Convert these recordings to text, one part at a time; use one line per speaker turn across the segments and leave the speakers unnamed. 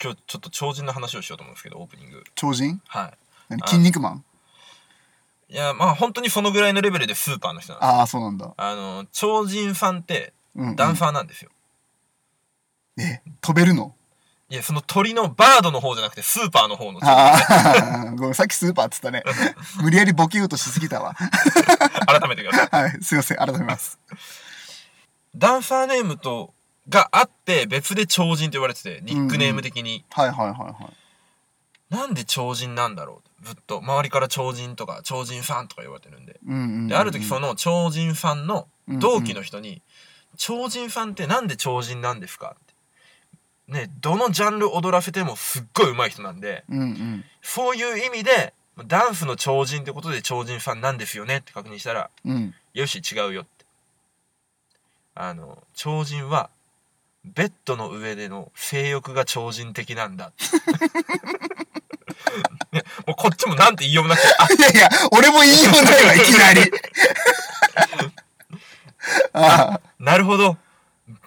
今日ちょっと超人の話をしようと思うんですけどオープニング
超人
は
何
あ
筋肉マン
いいやまあ本当にそのぐらいのレベルでスーパーの人なんです
ああ、そうなんだ。
あの超人さんって
うん、うん。
ダンサーなんですよ、
え、飛べ るの
いやその鳥のバードの方じゃなくてスーパーの方の
ああ、ごめん、さっきスーパーって言ったね。 無理やりボケようとしすぎたわ。
改めてください
はい、すいません、改めます。
ダンサーネームとがあって別で超人と言われててニックネーム的に、
はいはいはいはい。
なんで超人なんだろうずっと周りから超人とか超人さんとか言われてるんで
うんうん、うん。
である時その超人さんの
うんうん
同期の人に「超人さんってなんで超人なんですか?」って。ね、どのジャンル踊らせてもすっごい上手い人なんで
うんうん。
そういう意味でダンスの超人ってことで超人さんなんですよねって確認したら
うん。
よし違うよってあの超人はベッドの上での性欲が超人的なんだねもうこっちもなんて言いようもなくてあ
いやいや、俺も言いようないわ、いきなり。 あ
なるほど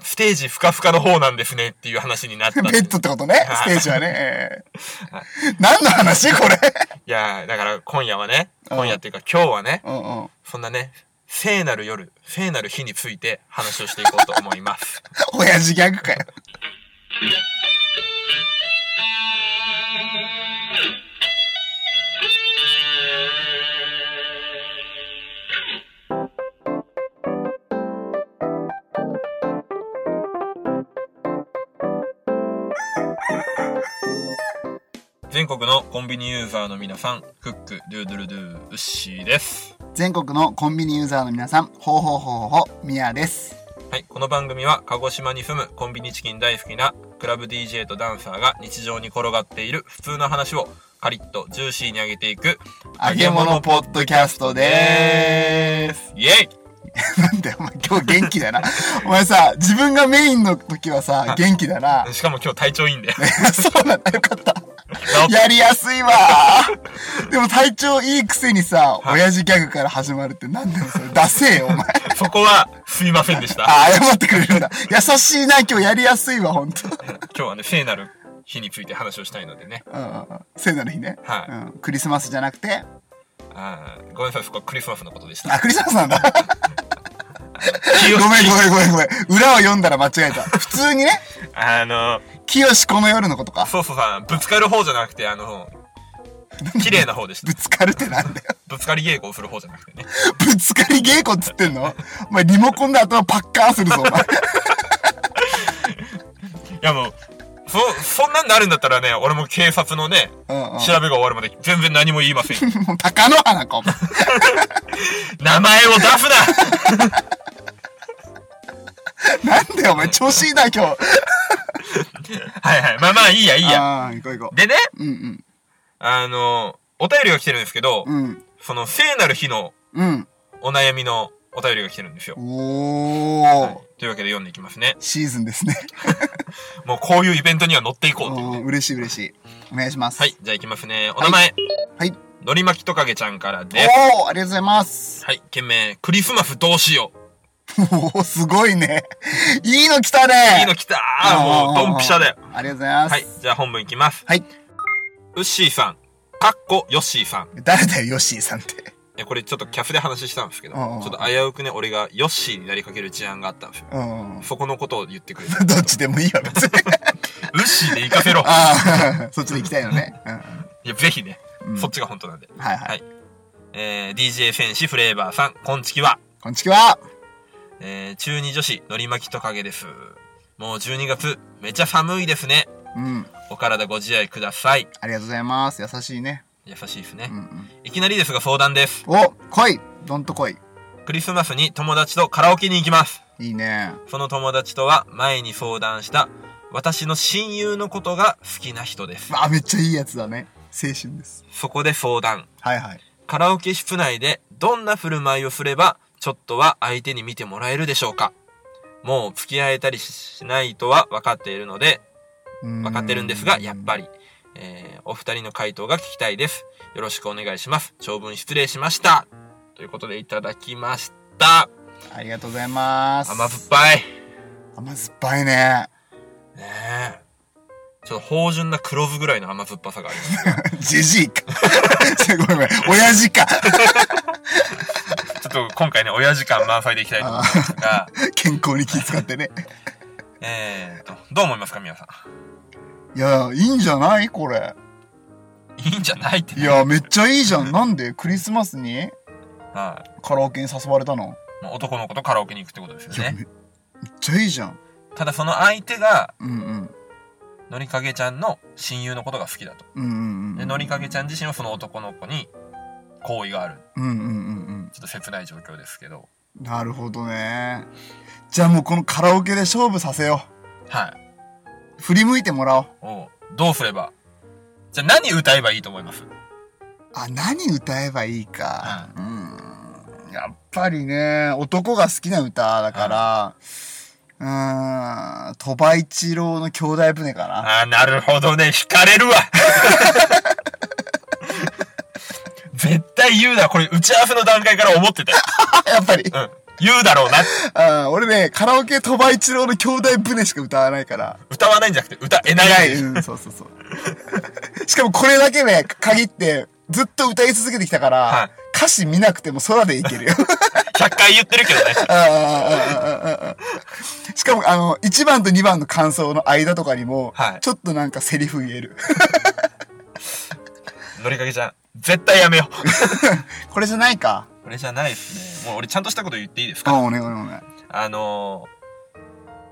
ステージふかふかの方なんですねっていう話になった
あ、
んで
ベッドってことね、ステージはね。ええ何の話これ。
いやーだから今夜はね
うん
今夜っていうか今日はね
うんうん。
そんなね聖なる夜聖なる日について話をしていこうと思います
親父ギャグかよ。
全国のコンビニユーザーの皆さんクックドゥードゥルドゥーウッシーです
全国のコンビニユーザーの皆さん、ほうほうほうほう、みやです。
はい、この番組は鹿児島に住むコンビニチキン大好きなクラブ DJ とダンサーが日常に転がっている普通の話をカリッとジューシーに上げていく
揚げ物ポッドキャストでーす。
イエイ
なんだよ、お前今日元気だな。 お前さ、自分がメインの時はさ、元気だ な。
しかも今日体調い いんで
そうなんだ、よかった。
治っ
やりやす いわでも体調いいくせにさ、
い
親父ギャグから始まるってなんでもそれ、ダセえ よ、お前。
そこはすいませんで した
あ、謝ってくれるんだ。優しいな、今日やりやすいわ、ほんと。
今日はね聖なる日について話をしたいのでね
うんうんうん。聖なる日ね。
はい
うん。クリスマスじゃなくて、
あーごめんなさいそこはクリスマスのことでした
あ、クリスマスなんだ。
清
ご
志
め んごめんごめんごめん。裏を読んだら間違えた。普通にね、
あの
清しこの夜のことか。
そうそうさんぶつかる方じゃなくてあの綺麗な方でした
ぶつかるってなんだよ。
ぶつかり稽古をする方じゃなくてね
ぶつかり稽古っつってんのお前リモコンで頭パッカーするぞ、お前。
いやもうそそんなんなるんだったらね俺も警察のね
うんうん。
調べが終わるまで全然何も言いませんよ
もう高野花か、お前。
名前を出す な
なんだよ、お前。調子いいな、今日。
はいはいまあまあいいやいいや
ああ、行こう行こ
でね
う。うん
あのお便りが来てるんですけど、
うん。うん。
その聖なる日の
うん。
お悩みのお便りが来てるんですよ、
お
は
ー
い。というわけで読んでいきますね
シーズンですね。
もうこういうイベントには乗っていこうっていう
う
ね
ん嬉しい嬉しい。お願いします。
はい。じゃあいきますねお名前
はい
のりまきとかげちゃんからです
おー、ありがとうございます。
はい件名クリスマスどうしよう
おー、すごいね。いいの来たね。
いいの来たーもうドンピシャだよ
ありがとうございます。
はいじゃあ本文いきます
はい
ウッシーさんかっこヨッシーさん
誰だよ、ヨッシーさんって。
いやこれちょっとキャフで話したんですけど、ち
うん
ょ
うん
っと危うくね、俺がヨッシーになりかける事案があったんですよ。
うん。
そこのことを言ってく れ
どっちでもいいわ、別に。
ウッシーで行かせろ
ああ、そっちで行きたい のね。うんうん。
いや、ぜひね、
うん
そっちが本当なんで。
はいはい。
はいえー、DJ 戦士フレーバーさん、こんちきは、
こんちきは。
えー、中二女子、のりまきトカゲです。もう12月、めちゃ寒いですね。
うん。
お体ご自愛ください。
ありがとうございます。優しいね。
優しいですね
う。んうん。
いきなりですが相談です。
お、来いどんと来い。
クリスマスに友達とカラオケに行きます。
いいね。
その友達とは前に相談した、私の親友のことが好きな人です。
あ、めっちゃいいやつだね。青春です。
そこで相談。
はいはい。
カラオケ室内でどんな振る舞いをすれば、ちょっとは相手に見てもらえるでしょうかもう付き合えたりしないとは分かっているので、
分
分かってるんですが、やっぱ
り。
り、えー、お二人の回答が聞きたいです。よろしくお願いします。長文失礼しました。ということでいただきました。
ありがとうございます。
甘酸っぱい。
甘酸っぱいね。
ねえ。ちょっと芳醇な黒酢ぐらいの甘酸っぱさがあり ます。
ジジイか。 ごめんごめん。親父か。
ち ょっと今回ね、親時間満載でいきたいと思いますが、
健康に気遣ってね。
えーと、どう思いますか、皆さん。
いや、いいんじゃないこれ。
いいんじゃないって、
い
ね。
や、めっちゃいいじゃん。なんでクリスマスに
は
カラオケに誘われた
い。
の
まあ男の子とカラオケに行くってことです
い
よ
や、
ね
め。めっちゃいいじゃん。
ただその相手が、
うんうん。
のりかげちゃんの親友のことが好きだと。
うんうんう
で、
ん。
のりかげちゃん自身はその男の子に好意がある。
うんうんうん
ちょっと切ない状況ですけど。
うん。なるほどね。じゃあもうこのカラオケで勝負させよ
はい。
う。振り向いてもらおう。
おうどうすればじゃあ何歌えばいいと思います
あ、何歌えばいいか。うん。やっぱりね、男が好きな歌だから、うーん、鳥羽一郎の兄弟船かな。
あ あ、なるほどね。惹かれるわ。 絶対言うな。これ打ち合わせの段階から思ってたよ。
やっぱり。
うん。言うだろうな。
あー俺ね、カラオケ鳥羽一郎の兄弟船しか歌わないから。
歌わないんじゃなくて、歌えな
長
い。
い。うん、そうそうそう。 しかもこれだけね、限って、ずっと歌い続けてきたから、
はい
歌詞見なくても空でいけるよ。
100回言ってるけどね。
あーあーあーあーあーしかも、あの、1番と2番の感想の間とかにも、
はい
ちょっとなんかセリフ言える。
乗りかけちゃん。絶対やめよう。
これじゃないか。
これじゃないですね。もう俺ちゃんとしたこと言っていいです
あ、
か
おねおねおね。
あの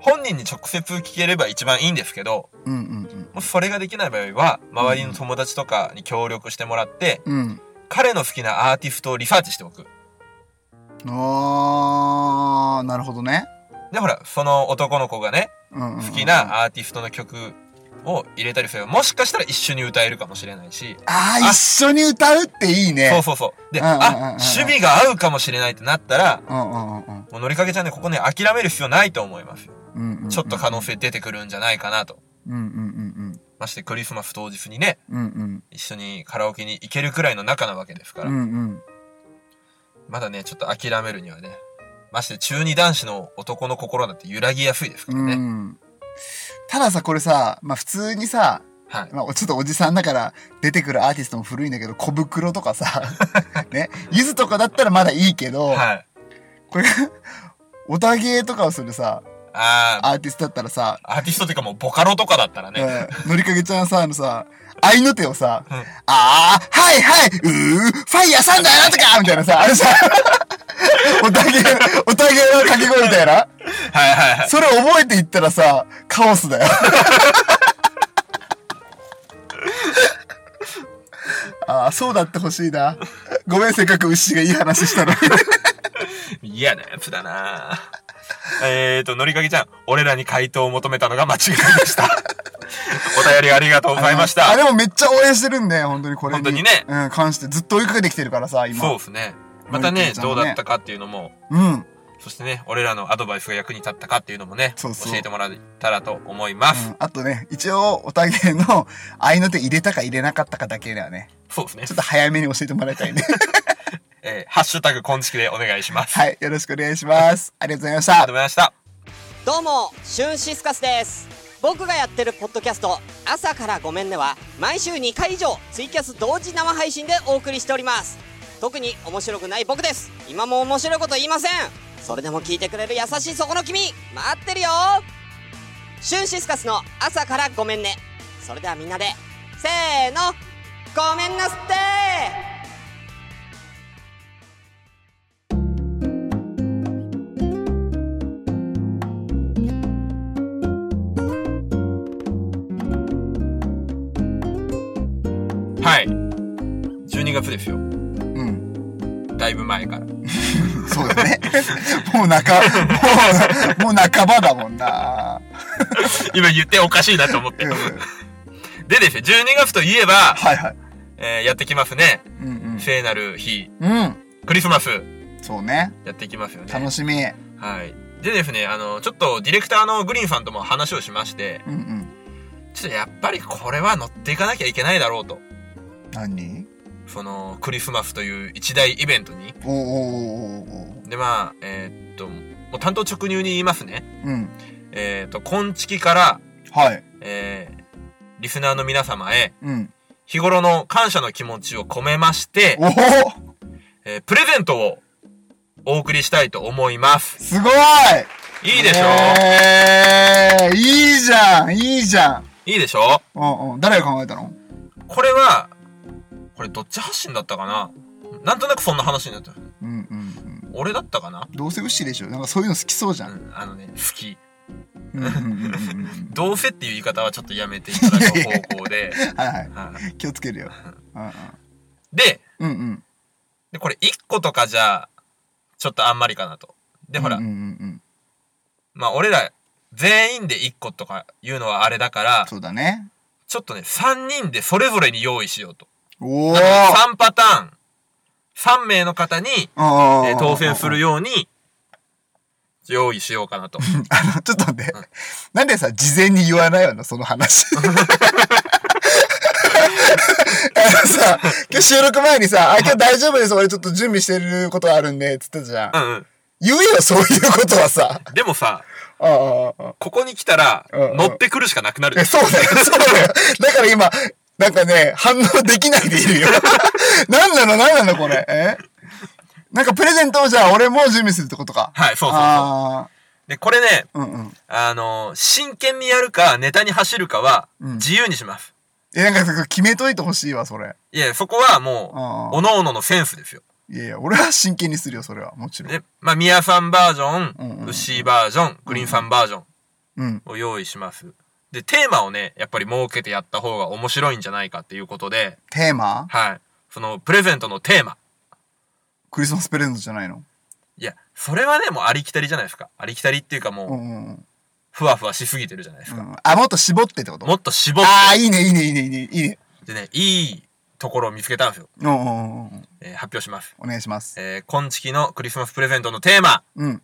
ー、本人に直接聞ければ一番いいんですけど、
うんうん
もうそれができない場合は、周りの友達とかに協力してもらって、
うん。うん。
彼の好きなアーティストをリサーチしておく。
あー、なるほどね。
で、ほら、その男の子がね、
うんうん、
好き。なアーティストの曲を入れたりすれば、もしかしたら一緒に歌えるかもしれないし、
あ
あ
ー、一緒に歌うっていいね。
そうそうそう。で、
うんうんうんうん
あ、趣味が合うかもしれないってなったら、
うんうんうんうん
もう乗りかけちゃんね、ここね、諦める必要ないと思いますよ。
うんうんうん。
ちょっと可能性出てくるんじゃないかなと。
うんうんうん
ましてクリスマス当日にね、
うん。うんうん。
一緒にカラオケに行けるくらいの仲なわけですか
う
ら、
んうん。
まだね、ちょっと諦めるにはね、まして中二男子の男の心だって揺らぎやすいですから
う
ね。
ん。たださ、これさ、まあ普通にさ、
はい。
まあちょっとおじさんだから出てくるアーティストも古いんだけど、小袋と かさ、ね、ゆずとかだったらまだいいけど、
はい。
これ、おたげとかをするさ、
あー、
アーティストだったらさ、
アーティストというかもうボカロとかだったらね、
うんのりかけちゃんさ、あのさ、愛の手をさ、
ん
あー、はいはいうー、ファイヤーサンダーなん とかみたいなさ、あれさ、おたげ、おたげの掛け声みたいな。
はいはいはい。
それ覚えていったらさ、カオス だよ。ああ、そうだってほしいな。ごめん、せっかく牛がいい話したのに。
嫌なやつだなえーと、のりかけちゃん、俺らに回答を求めたのが間違いで した。お便りありがとうございまし
あ、
た。
でもめっちゃ応援してるんで、本当にこれ
本
に。
当にね
うん、関してずっと追いかけてきてるからさ、今。
そうですね。また
の
ね
りかけちゃん
ど
もね
うだったかっていうのも、
う。うん。
そしてね、俺らのアドバイスが役に立ったかっていうのもね、
そうそう
教えてもらえたらと思います。
うんあとね、一応、おたげの愛の手入れたか入れなかったかだけではね、
そうですね
ちょっ。と早めに教えてもらいた いね。
えーハッシュタグ、こんちきでお願いします。
はい、よろしくお願いします。ありがとうございまし
あ
た
りがとう。ございました。
どうも、シュンシスカスです。僕がやってるポッドキャスト、朝からごめんねは、毎週2回以上、ツイキャス同時生配信でお送りしております。特に面白くない僕です。今も面白いこと言いません。それでも聞いてくれる優しいそこの君、待ってるよシュンシスカスの朝からごめんね。それではみんなで、せーの、ごめんなすって
はい。12月ですよ。
うん。
だいぶ前から。
そうだね。もう中、もう、もう半ばだもんな。
今言っておかしいなと思って
うん。
でですよ、12月といえば、
はいはい。
えーやってきますね。
うん
聖なる日、
うん。うん。
クリスマス、
そうね。
やってきますよね。
楽しみ。
はい。でですね、あの、ちょっとディレクターのグリーンさんとも話をしまして、
うんうん。
ちょっとやっぱりこれは乗っていかなきゃいけないだろうと。
何
その、クリスマスという一大イベントに。
おーおーおーおーおー
で、まあ、えーっと、もう担当直入に言いますね。
うん。
えーっと、今月から、
はい。
えリスナーの皆様へ、
うん。
日頃の感謝の気持ちを込めまして、
おお
えープレゼントをお送りしたいと思います。
すごい
いいでしょ、
えー、いいじゃんいいじゃん
いいでしょ
うんうん。誰が考えたの
これは、これどっち発信だったかななんとなくそんな話になった。
うんうんうん。
俺だったかな
どうせウッシーでしょなんかそういうの好きそうじゃ。
うんん、あのね、好き。
うんうんうんうんうん。
どうせっていう言い方はちょっとやめていただく方向 で。
はいはい。
はい
気をつけるよ。うん
で、
うん。うんうん。
でこれ1個とかじゃ、ちょっとあんまりかなと。で、ほら、
うんうんうん。
まあ俺ら全員で1個とか言うのはあれだから、
そうだね。
ちょっとね、3人でそれぞれに用意しようと。
おお
3パターン、3名の方に、えー当選する
よ。
ように、用意しようかな と。
あのちょっと待って。なんでさ、事前に言わないのその話。 あのさ、今日収録前にさ、あ、今日大丈夫です。俺ちょっと準備してることあるんで、つってたじゃん
う。んうん。
言えよ、そういうことはさ。
でもさ、
ああああ、
ここに来たら、
うんうん
乗ってくるしかなくなる
え。そうだよ、そうだよ。だから今、なんかね、反応できないでいるよ。なんなの、なんなの、これ。えなんかプレゼントをじゃあ俺も準備するってことか。
はい、そうそうそう。
あ
で、これね、
あ、うんうん。
あのー真剣にやるか、ネタに走るかは、
うん
自由にします。
え、なんかさ決めといてほしいわ、それ。
いや、そこはもう、
あ
おのおののセンスですよ。
いやいや、俺は真剣にするよ、それは。もちろん。
で、まあ、ミヤさんバージョン、
うんうんうん
ウッシーバージョン、グリーンさんバージョン
うん。
を用意します。で、テーマをね、やっぱり設けてやった方が面白いんじゃないかっていうことで、
テーマ
はい。その、プレゼントのテーマ。
クリスマスプレゼントじゃないの
いや、それはね、もうありきたりじゃないですか。ありきたりっていうかもう、
うんうんうん。
ふわふわしすぎてるじゃないです
う
か。
んあ、もっと絞ってってこと
もっと絞っ
ああ、いいね、いいね、いいね、いいね。いいね。
て、でね、いいところを見つけたんですよ。
うんうんうんうん。
えー発表します。
お願いします。
えー、今月のクリスマスプレゼントのテーマ、
うん。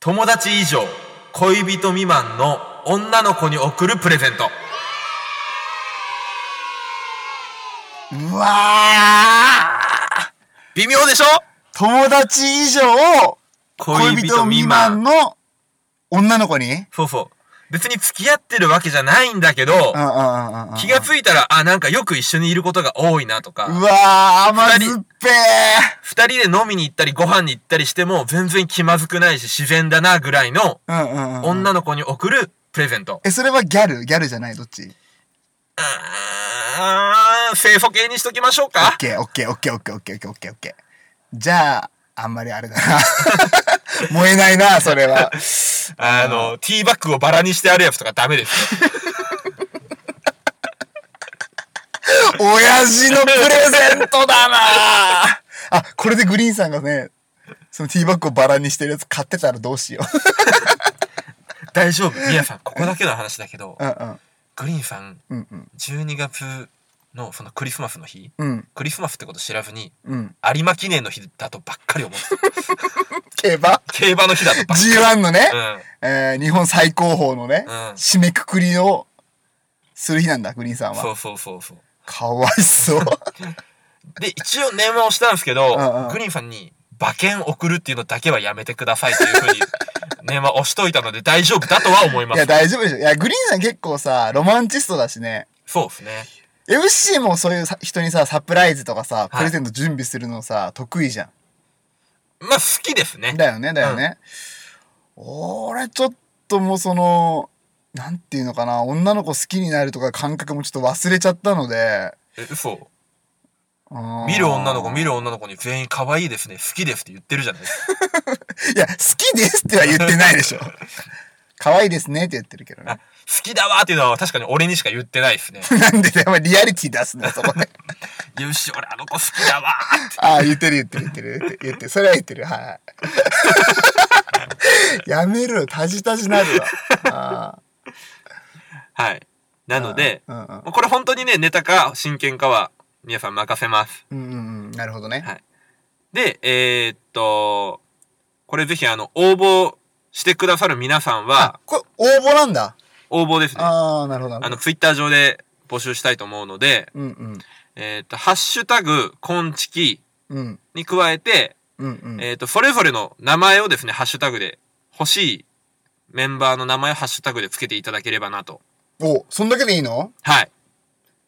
友達以上、恋人未満の女の子に贈るプレゼント。
うわー
微妙でしょ
友達以上を恋人未満の女の子にうん
そうそう。別に付き合ってるわけじゃないんだけど、
うんうんうん。
気がついたら、あ、なんかよく一緒にいることが多いなと
う
か、
わー、甘酸っぺ
二人で飲みに行ったりご飯に行ったりしても全然気まずくないし自然だなぐらいの
ー。うんうんうん。
女の子に贈るプレゼント。
え、それはギャルギャルじゃないどっち
あー、清楚系にしときましょう
オッ
か。
ケーオッケーオッケーオッケーオッケーオッケーオッケーオッケー。じゃあ、あんまりあれだな。 燃えないな、それは。
あの、ティーバッグをバラにしてあるやつとかダメですよ。
親父のプレゼントだなあ、これでグリーンさんがね、そのティーバッグをバラにしてるやつ買ってたらどうしよ
大丈 夫。ミヤさん、ここだけの話だけど
う。う、ん うん。
グリーンさん、
うんうん。
12月のそのクリスマスの日、
うん
クリスマスってこと知らずに、
うん。
有馬記念の日だとばっかり思ってた。
競馬
競馬の日だとばっか
?G1 のね、
り。うん。
えー日本最高峰のね、
うん
締めくくりをする日なんだ、グリーンさん
そ
は。
うそうそうそう。
かわいそう。
で、一応電話をしたんですけど、
うんうん
グリーンさんに、馬券送るっていうのだけはやめてくださいっていうふう に、電話をしといたので大丈夫だとは思い ま
い
す
や、。大丈夫でしょ。いや、グリーンさん結構さ、ロマンチストだしね。
そうですね。
えウッシーもそういうさ人にさ、サプライズとかさ、プレゼント準備するのさ、得意じゃ
まあ、好きですね
ん。。だよね、だよね。俺、ちょっともうその、なんていうのかな、女の子好きになるとか感覚もちょっと忘れちゃったので、
え、嘘。
うん
見る女の子、見る女の子に全員可愛いですね、好きですって言ってるじゃないですか。
いや、好きですっては言ってないでしょ。可愛いですねって言ってるけど
あ
ね
好。きだわーっていうのは確かに俺にしか言ってないですね。
なんでだよ、お前リアリティ出すんだよ、そこ で。
よし、俺あの子好きだわーって。
ああ、言ってる言ってる言ってる言ってる言ってる。それは言ってる、 はい。やめろよ、たじたじなるわ。あ
はい。なので、
うんうん
これ本当にね、ネタか真剣かは皆さん任せます。
ーうんうんうん、なるほどね。
はいで、えー、っと、これぜひあの、応募してくださる皆さんは、
これ、応募なんだ。
応募ですね。あ
ああ、なるほど。なる
の、
ほ
ツイッター上で募集したいと思うので、
どうん
えー、っと、ハッシュタグ、こんちき
うん。うん。
に加えて、
うんうん。
えっ、と、それぞれの名前をですね、ハッシュタグで、欲しいメンバーの名前をハッシュタグでつけていただければなと。
お、そんだけでいいの
はい。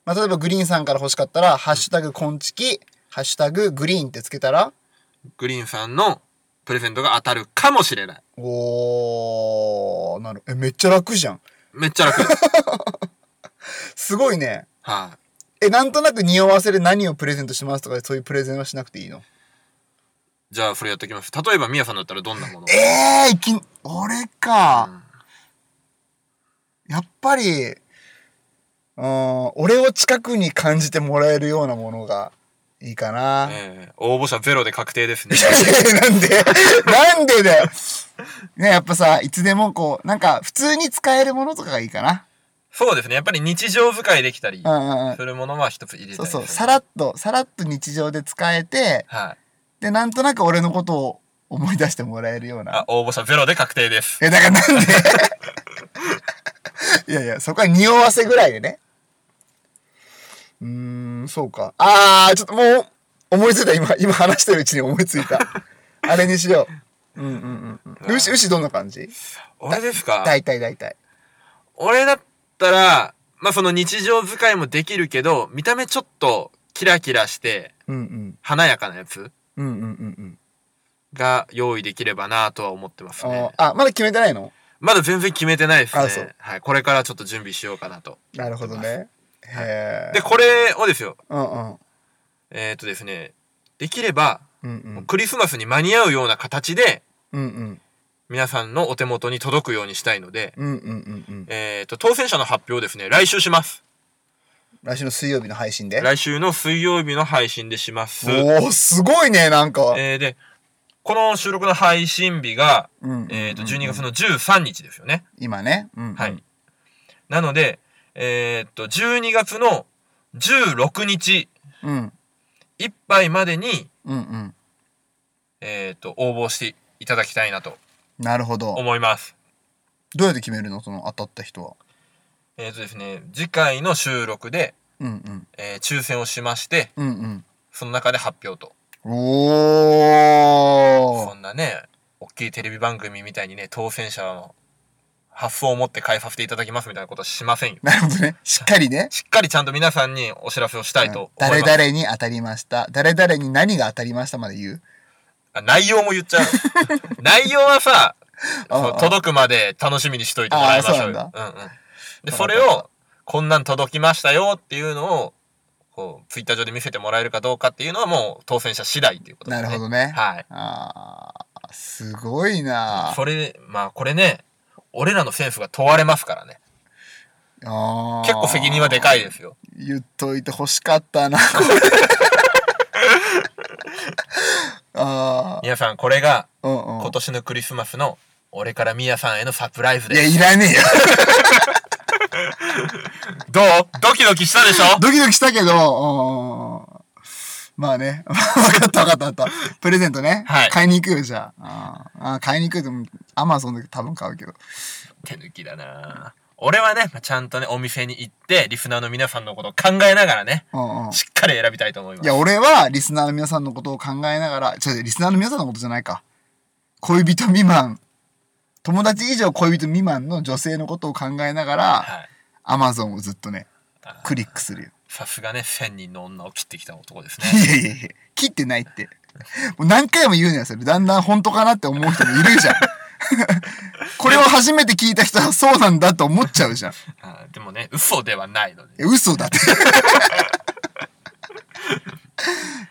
まあ、例えばグリーンさんから欲しかったら、ハッシュタグコンチキ、ハッシュタググリーンってつけたら、
グリーンさんのプレゼントが当たるかもしれない。
おー、なる。え、めっちゃ楽じゃん。
めっちゃ 楽。
すごいね。
はい。
え、なんとなく匂わせで何をプレゼントしますとか、そういうプレゼンはしなくていいの
じゃあ、それやってきます。例えば、みやさんだったらどんなものを
ええー、いき、俺か。やっぱり、うん、俺を近くに感じてもらえるようなものがいいかな。
ええ応募者ゼロで確定ですね。
なんでなんでだよ。ね、やっぱさ、いつでもこう、なんか普通に使えるものとかがいいかな。
そうですね。やっぱり日常使いできたり
うんうんうん
す。るものは一つ入れたいです
そ
ね、
うそう、さらっと、さらっと日常で使えて、
はい。
で、なんとなく俺のことを思い出してもらえるよう
あ
な。、
応募者ゼロで確定です。
え、だからなんで いやいや、そこは匂わせぐらいでね。うーん、そうか。あー、ちょっともう、思いついた、今、今話してるうちに思いつい た。あれにしよう。うんうんうんうん。うし、うしどんな感じ
俺ですか
大体大体。
俺だったら、まあ、その日常使いもできるけど、見た目ちょっとキラキラして
うんうん。
華やかなやつ
うんうんうんうん。
が用意できればなとは思ってますね。
あー、あまだ決めてないの
まだ全然決めてないです
あそう
ね。はい。これからちょっと準備しようかなと。
なるほどね。へえ。
で、これをですよ。
うんうん。
えーっとですね。できれば、
うんうん。
クリスマスに間に合うような形で、
うんうん。
皆さんのお手元に届くようにしたいので、
うんうんうんうん。
えーっと、当選者の発表をですね、来週します。
来週の水曜日の配信で。
来週の水曜日の配信でします。
おおすごいね、なんか。
えーで、この収録の配信日が、
うんうんうん
えっ、と、12月の13日ですよね。
今ね。うんうん
はい。。なので、えっ、と、12月の16日
うん。
いっぱいまでに、
うんうん。
えっ、と、応募していただきたいなと
なるほど。
思います。
どうやって決めるのその当たった人は。
えっ、とですね、次回の収録で、
うん
えー抽選をしまして、
うん。うん
その中で発表と。
うん。お
そ
お
んなね、大きいテレビ番組みたいにね、当選者の発想を持って返させていただきますみたいなことはしませんよ。
なるほどね。しっかりね。
しっかりちゃんと皆さんにお知らせをしたいと思
誰
います。
々に当たりました。誰々に何が当たりましたまで言う。
あ内容も言っ ちゃう。内容はさ、
あ
そう届くまで楽しみにしといてもらいましょうよ。
ああ
うんうん。で、それを、こんなん届きましたよっていうのを、こう、ツイッター上で見せてもらえるかどうかっていうのはもう当選者次第っていうことです
な
ね。
るほどね。
はい。
あーすごいな
それ、まあこれね、俺らのセンスが問われますからね。
あ
結構責任はでか
い
いですよ。
言っといてほしかっ たなこれあ
皆さん、これが
あうんうん
今年のクリスマスの俺からミヤさんへのサプライズ
いや
です。
いらねえよ
どうドキドキしたでしょ
ドキドキしたけどうんまあね 分かった分かった分かったプレゼントね、
はい
買いに行くよじゃああーあー買いに行くでもアマゾンで多分買うけど
手抜きだな俺はね、まあちゃんとね、お店に行って、リスナーの皆さんのことを考えながらね、
うんうん
しっかり選びたいと思いま
い
す。
や俺はリスナーの皆さんのことを考えながら違う違うリスナーの皆さんのことじゃないか恋人未満友達以上恋人未満の女性のことを考えながら
はい。
アマゾンをずっとねクリックするよ
さすがね、千人の女を切ってきた男です
い
ね。
やいやいや切ってないってもう何回も言うのよそれだんだん本当かなって思う人もいる じゃんこれを初めて聞いた人はそうなんだと思っちゃうじゃん
あーでもね、嘘ではないので。
え 嘘だって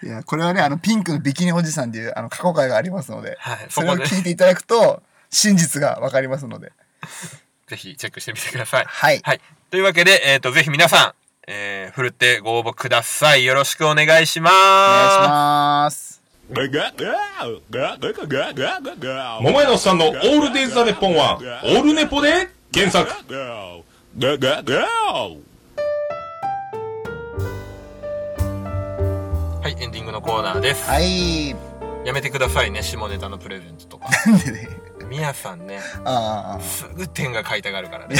いやこれはねあのピンクのビキニおじさんっていうあの過去回がありますので、
はい
それを
そこで
聞いていただくと真実がわかりますので
ぜひチェックしてみてください。
はい
はい。というわけで、えっ、と、ぜひ皆さん、えー、ふるってご応募ください。よろしくお願いします。
お願いします
桃屋のおっさんのオールデイズ・ザ・ネッポンは、オールネポで原作。
はい、エンディングのコーナーです。
はい
やめてくださいね、下ネタのプレゼントとか。
なんでね
みやさんね、
ああ
すぐ点が書いたがるからね。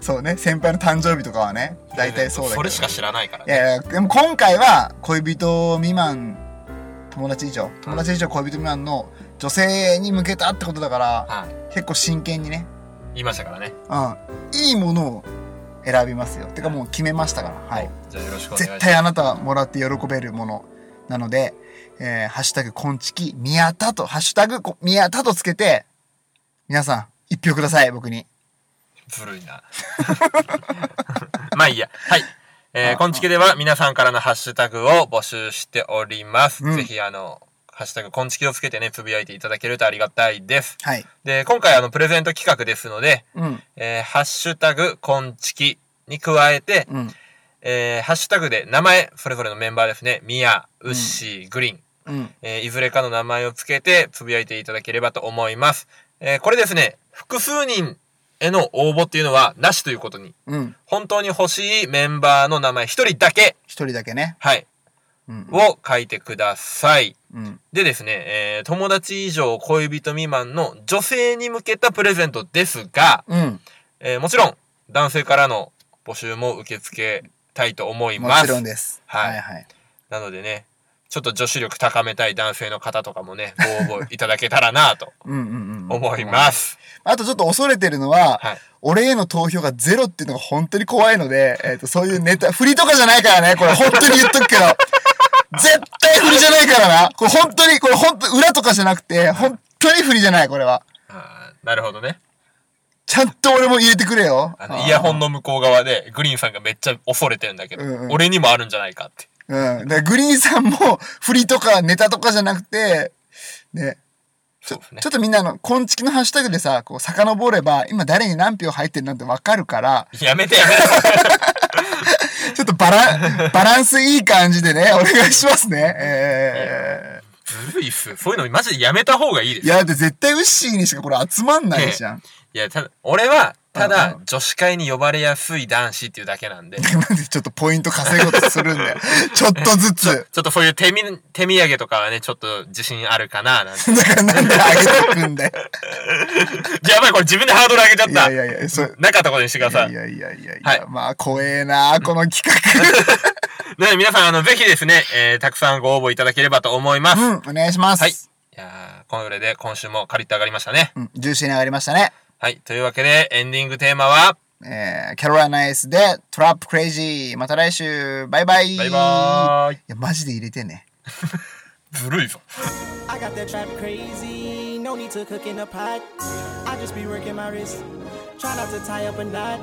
そうね先輩の誕生日とかはね大体そうだけど
それしか知らないから
い
ね。
やいやでも今回は恋人未満友達以上友達以上恋人未満の女性に向けたってことだから、
はい。
結構真剣にね
言いましたからね。
うん。いいものを選びますよ。てかもう決めましたから。はい。
じゃあよろしくお願いし
絶
ます。
対あなたはもらって喜べるものなので、えー、ハッシュタグ、こんちき、みやたと、ハッシュタグ、こみやたとつけて、皆さん、一票ください、僕に。
ずるいな。 まあいいや。はい。えー、こんちきでは皆さんからのハッシュタグを募集しております。
うん
ぜひあの、ハッシュタグ、こんちきをつけてね、つぶやいていただけるとありがたいです。
はい。
で、今回あの、プレゼント企画ですので、
うん。
えー、ハッシュタグ、こんちきに加えて、
うん。
えー、ハッシュタグで名前、それぞれのメンバーですね、ミヤ、ウッシー、グリーン、
うん。
えーいずれかの名前をつけてつぶやいていただければと思います。えーこれですね、複数人への応募っていうのはなしということに、
うん。
本当に欲しいメンバーの名前一人だけ、
一人だけね。
はい、
うん。
を書いてください。
うん。
でですね、えー友達以上恋人未満の女性に向けたプレゼントですが、
うん。
えーもちろん男性からの募集も受け付けたいと思い
も
ます。
ちろんです。
はい
はいはい。
なのでね、ちょっと女子力高めたい男性の方とかもね、ご応募いただけたらな と
うんうんうん。
思います。
あとちょっと恐れてるのは、
はい
俺への投票がゼロっていうのが本当に怖いので、えっ、と、そういうネタ、振りとかじゃないからね、これ本当に言っとく けど。絶対振りじゃないからな。これ本当に、これ本当、裏とかじゃなくて、本当に振りじゃない、これは。
あーなるほどね。
ちゃんと俺も入れてくれよ。
あの、イヤホンの向こう側で、グリーンさんがめっちゃ恐れてるんだけど、
うんうん
俺にもあるんじゃないかって。
うん。で、グリーンさんも、振りとかネタとかじゃなくて、ね。ち
そ
ょ
うですね
ちょ。っとみんなあの、昆虫のハッシュタグでさ、こう、遡れば、今誰に何票入ってるなんてわかるから、
やめてやめて。
ちょっとバラン、 バランスいい感じでね、お願いしますね。え
ずるいっす。そういうのマジでやめた方がいいで
ー、
す。
い
いや、
や、で絶対ウッシーにしかこれ集まんないじゃん。
ただ、俺は、た
うん
だ、女子会に呼ばれやすい男子っていうだけなんで、ち
なんでちょっとポイント稼ごうとする んだよ。ちょっとずつ。
ょっとそういう手み、手土産とかはね、ちょっと自信あるかな、なんて。
だからなんで上げてくんだよ。
やばい、これ自分でハードル上げちゃった。
いやいやいや、そ
なかったことにしてください。
いやいやいやいや、
はい
まあ怖えなこの企画。
なので皆さん、あの、ぜひですね、えー、たくさんご応募いただければと思います。
うん、お願いします。
はい。いやーこれで今週も借りて上がりましたね。
うん、ジューシーに上がりましたね。
はい。というわけで、エンディングテーマは、
えー、キャロライナイスでトラップクレイジー。また来週。バイバイ。
バイバーイ。
いや、マジで入れてね。
ずるいぞ。
I got that trap crazy, no need to cook in a pot. I just be working my wrist, try not to tie up a knot.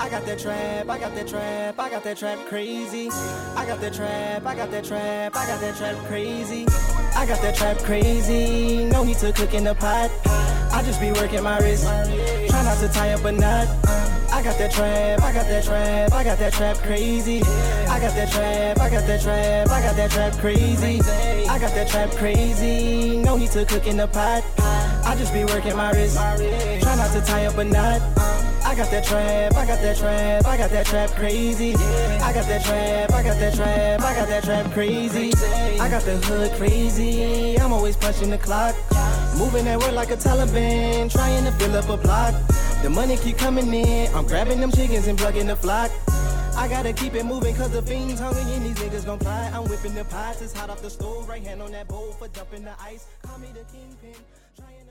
I got that trap, I got that trap, I got that trap crazy. I got that trap, I got that trap, I got that trap crazy. I got that trap crazy, no need to cook in a pot. I just be working my wrist, try not to tie up a knot. I got that trap, I got that trap, I got that trap crazy. I got that trap, I got that trap, I got that trap crazy. I got that trap crazy. No need to cook in the pot. I just be working my wrist. Try not to tie up a knot. I got that trap, I got that trap, I got that trap crazy. I got that trap, I got that trap, I got that trap crazy. I got the hood crazy. I'm always punching the clock. Moving at work like a Taliban, trying to fill up a block. The money keep coming in. I'm grabbing them chickens and plugging the flock. I gotta keep it moving cause the fiends hungry and these niggas gon' fly. I'm whipping the pots, it's hot off the stove, right hand on that bowl for dumping the ice. Call me the kingpin, trying to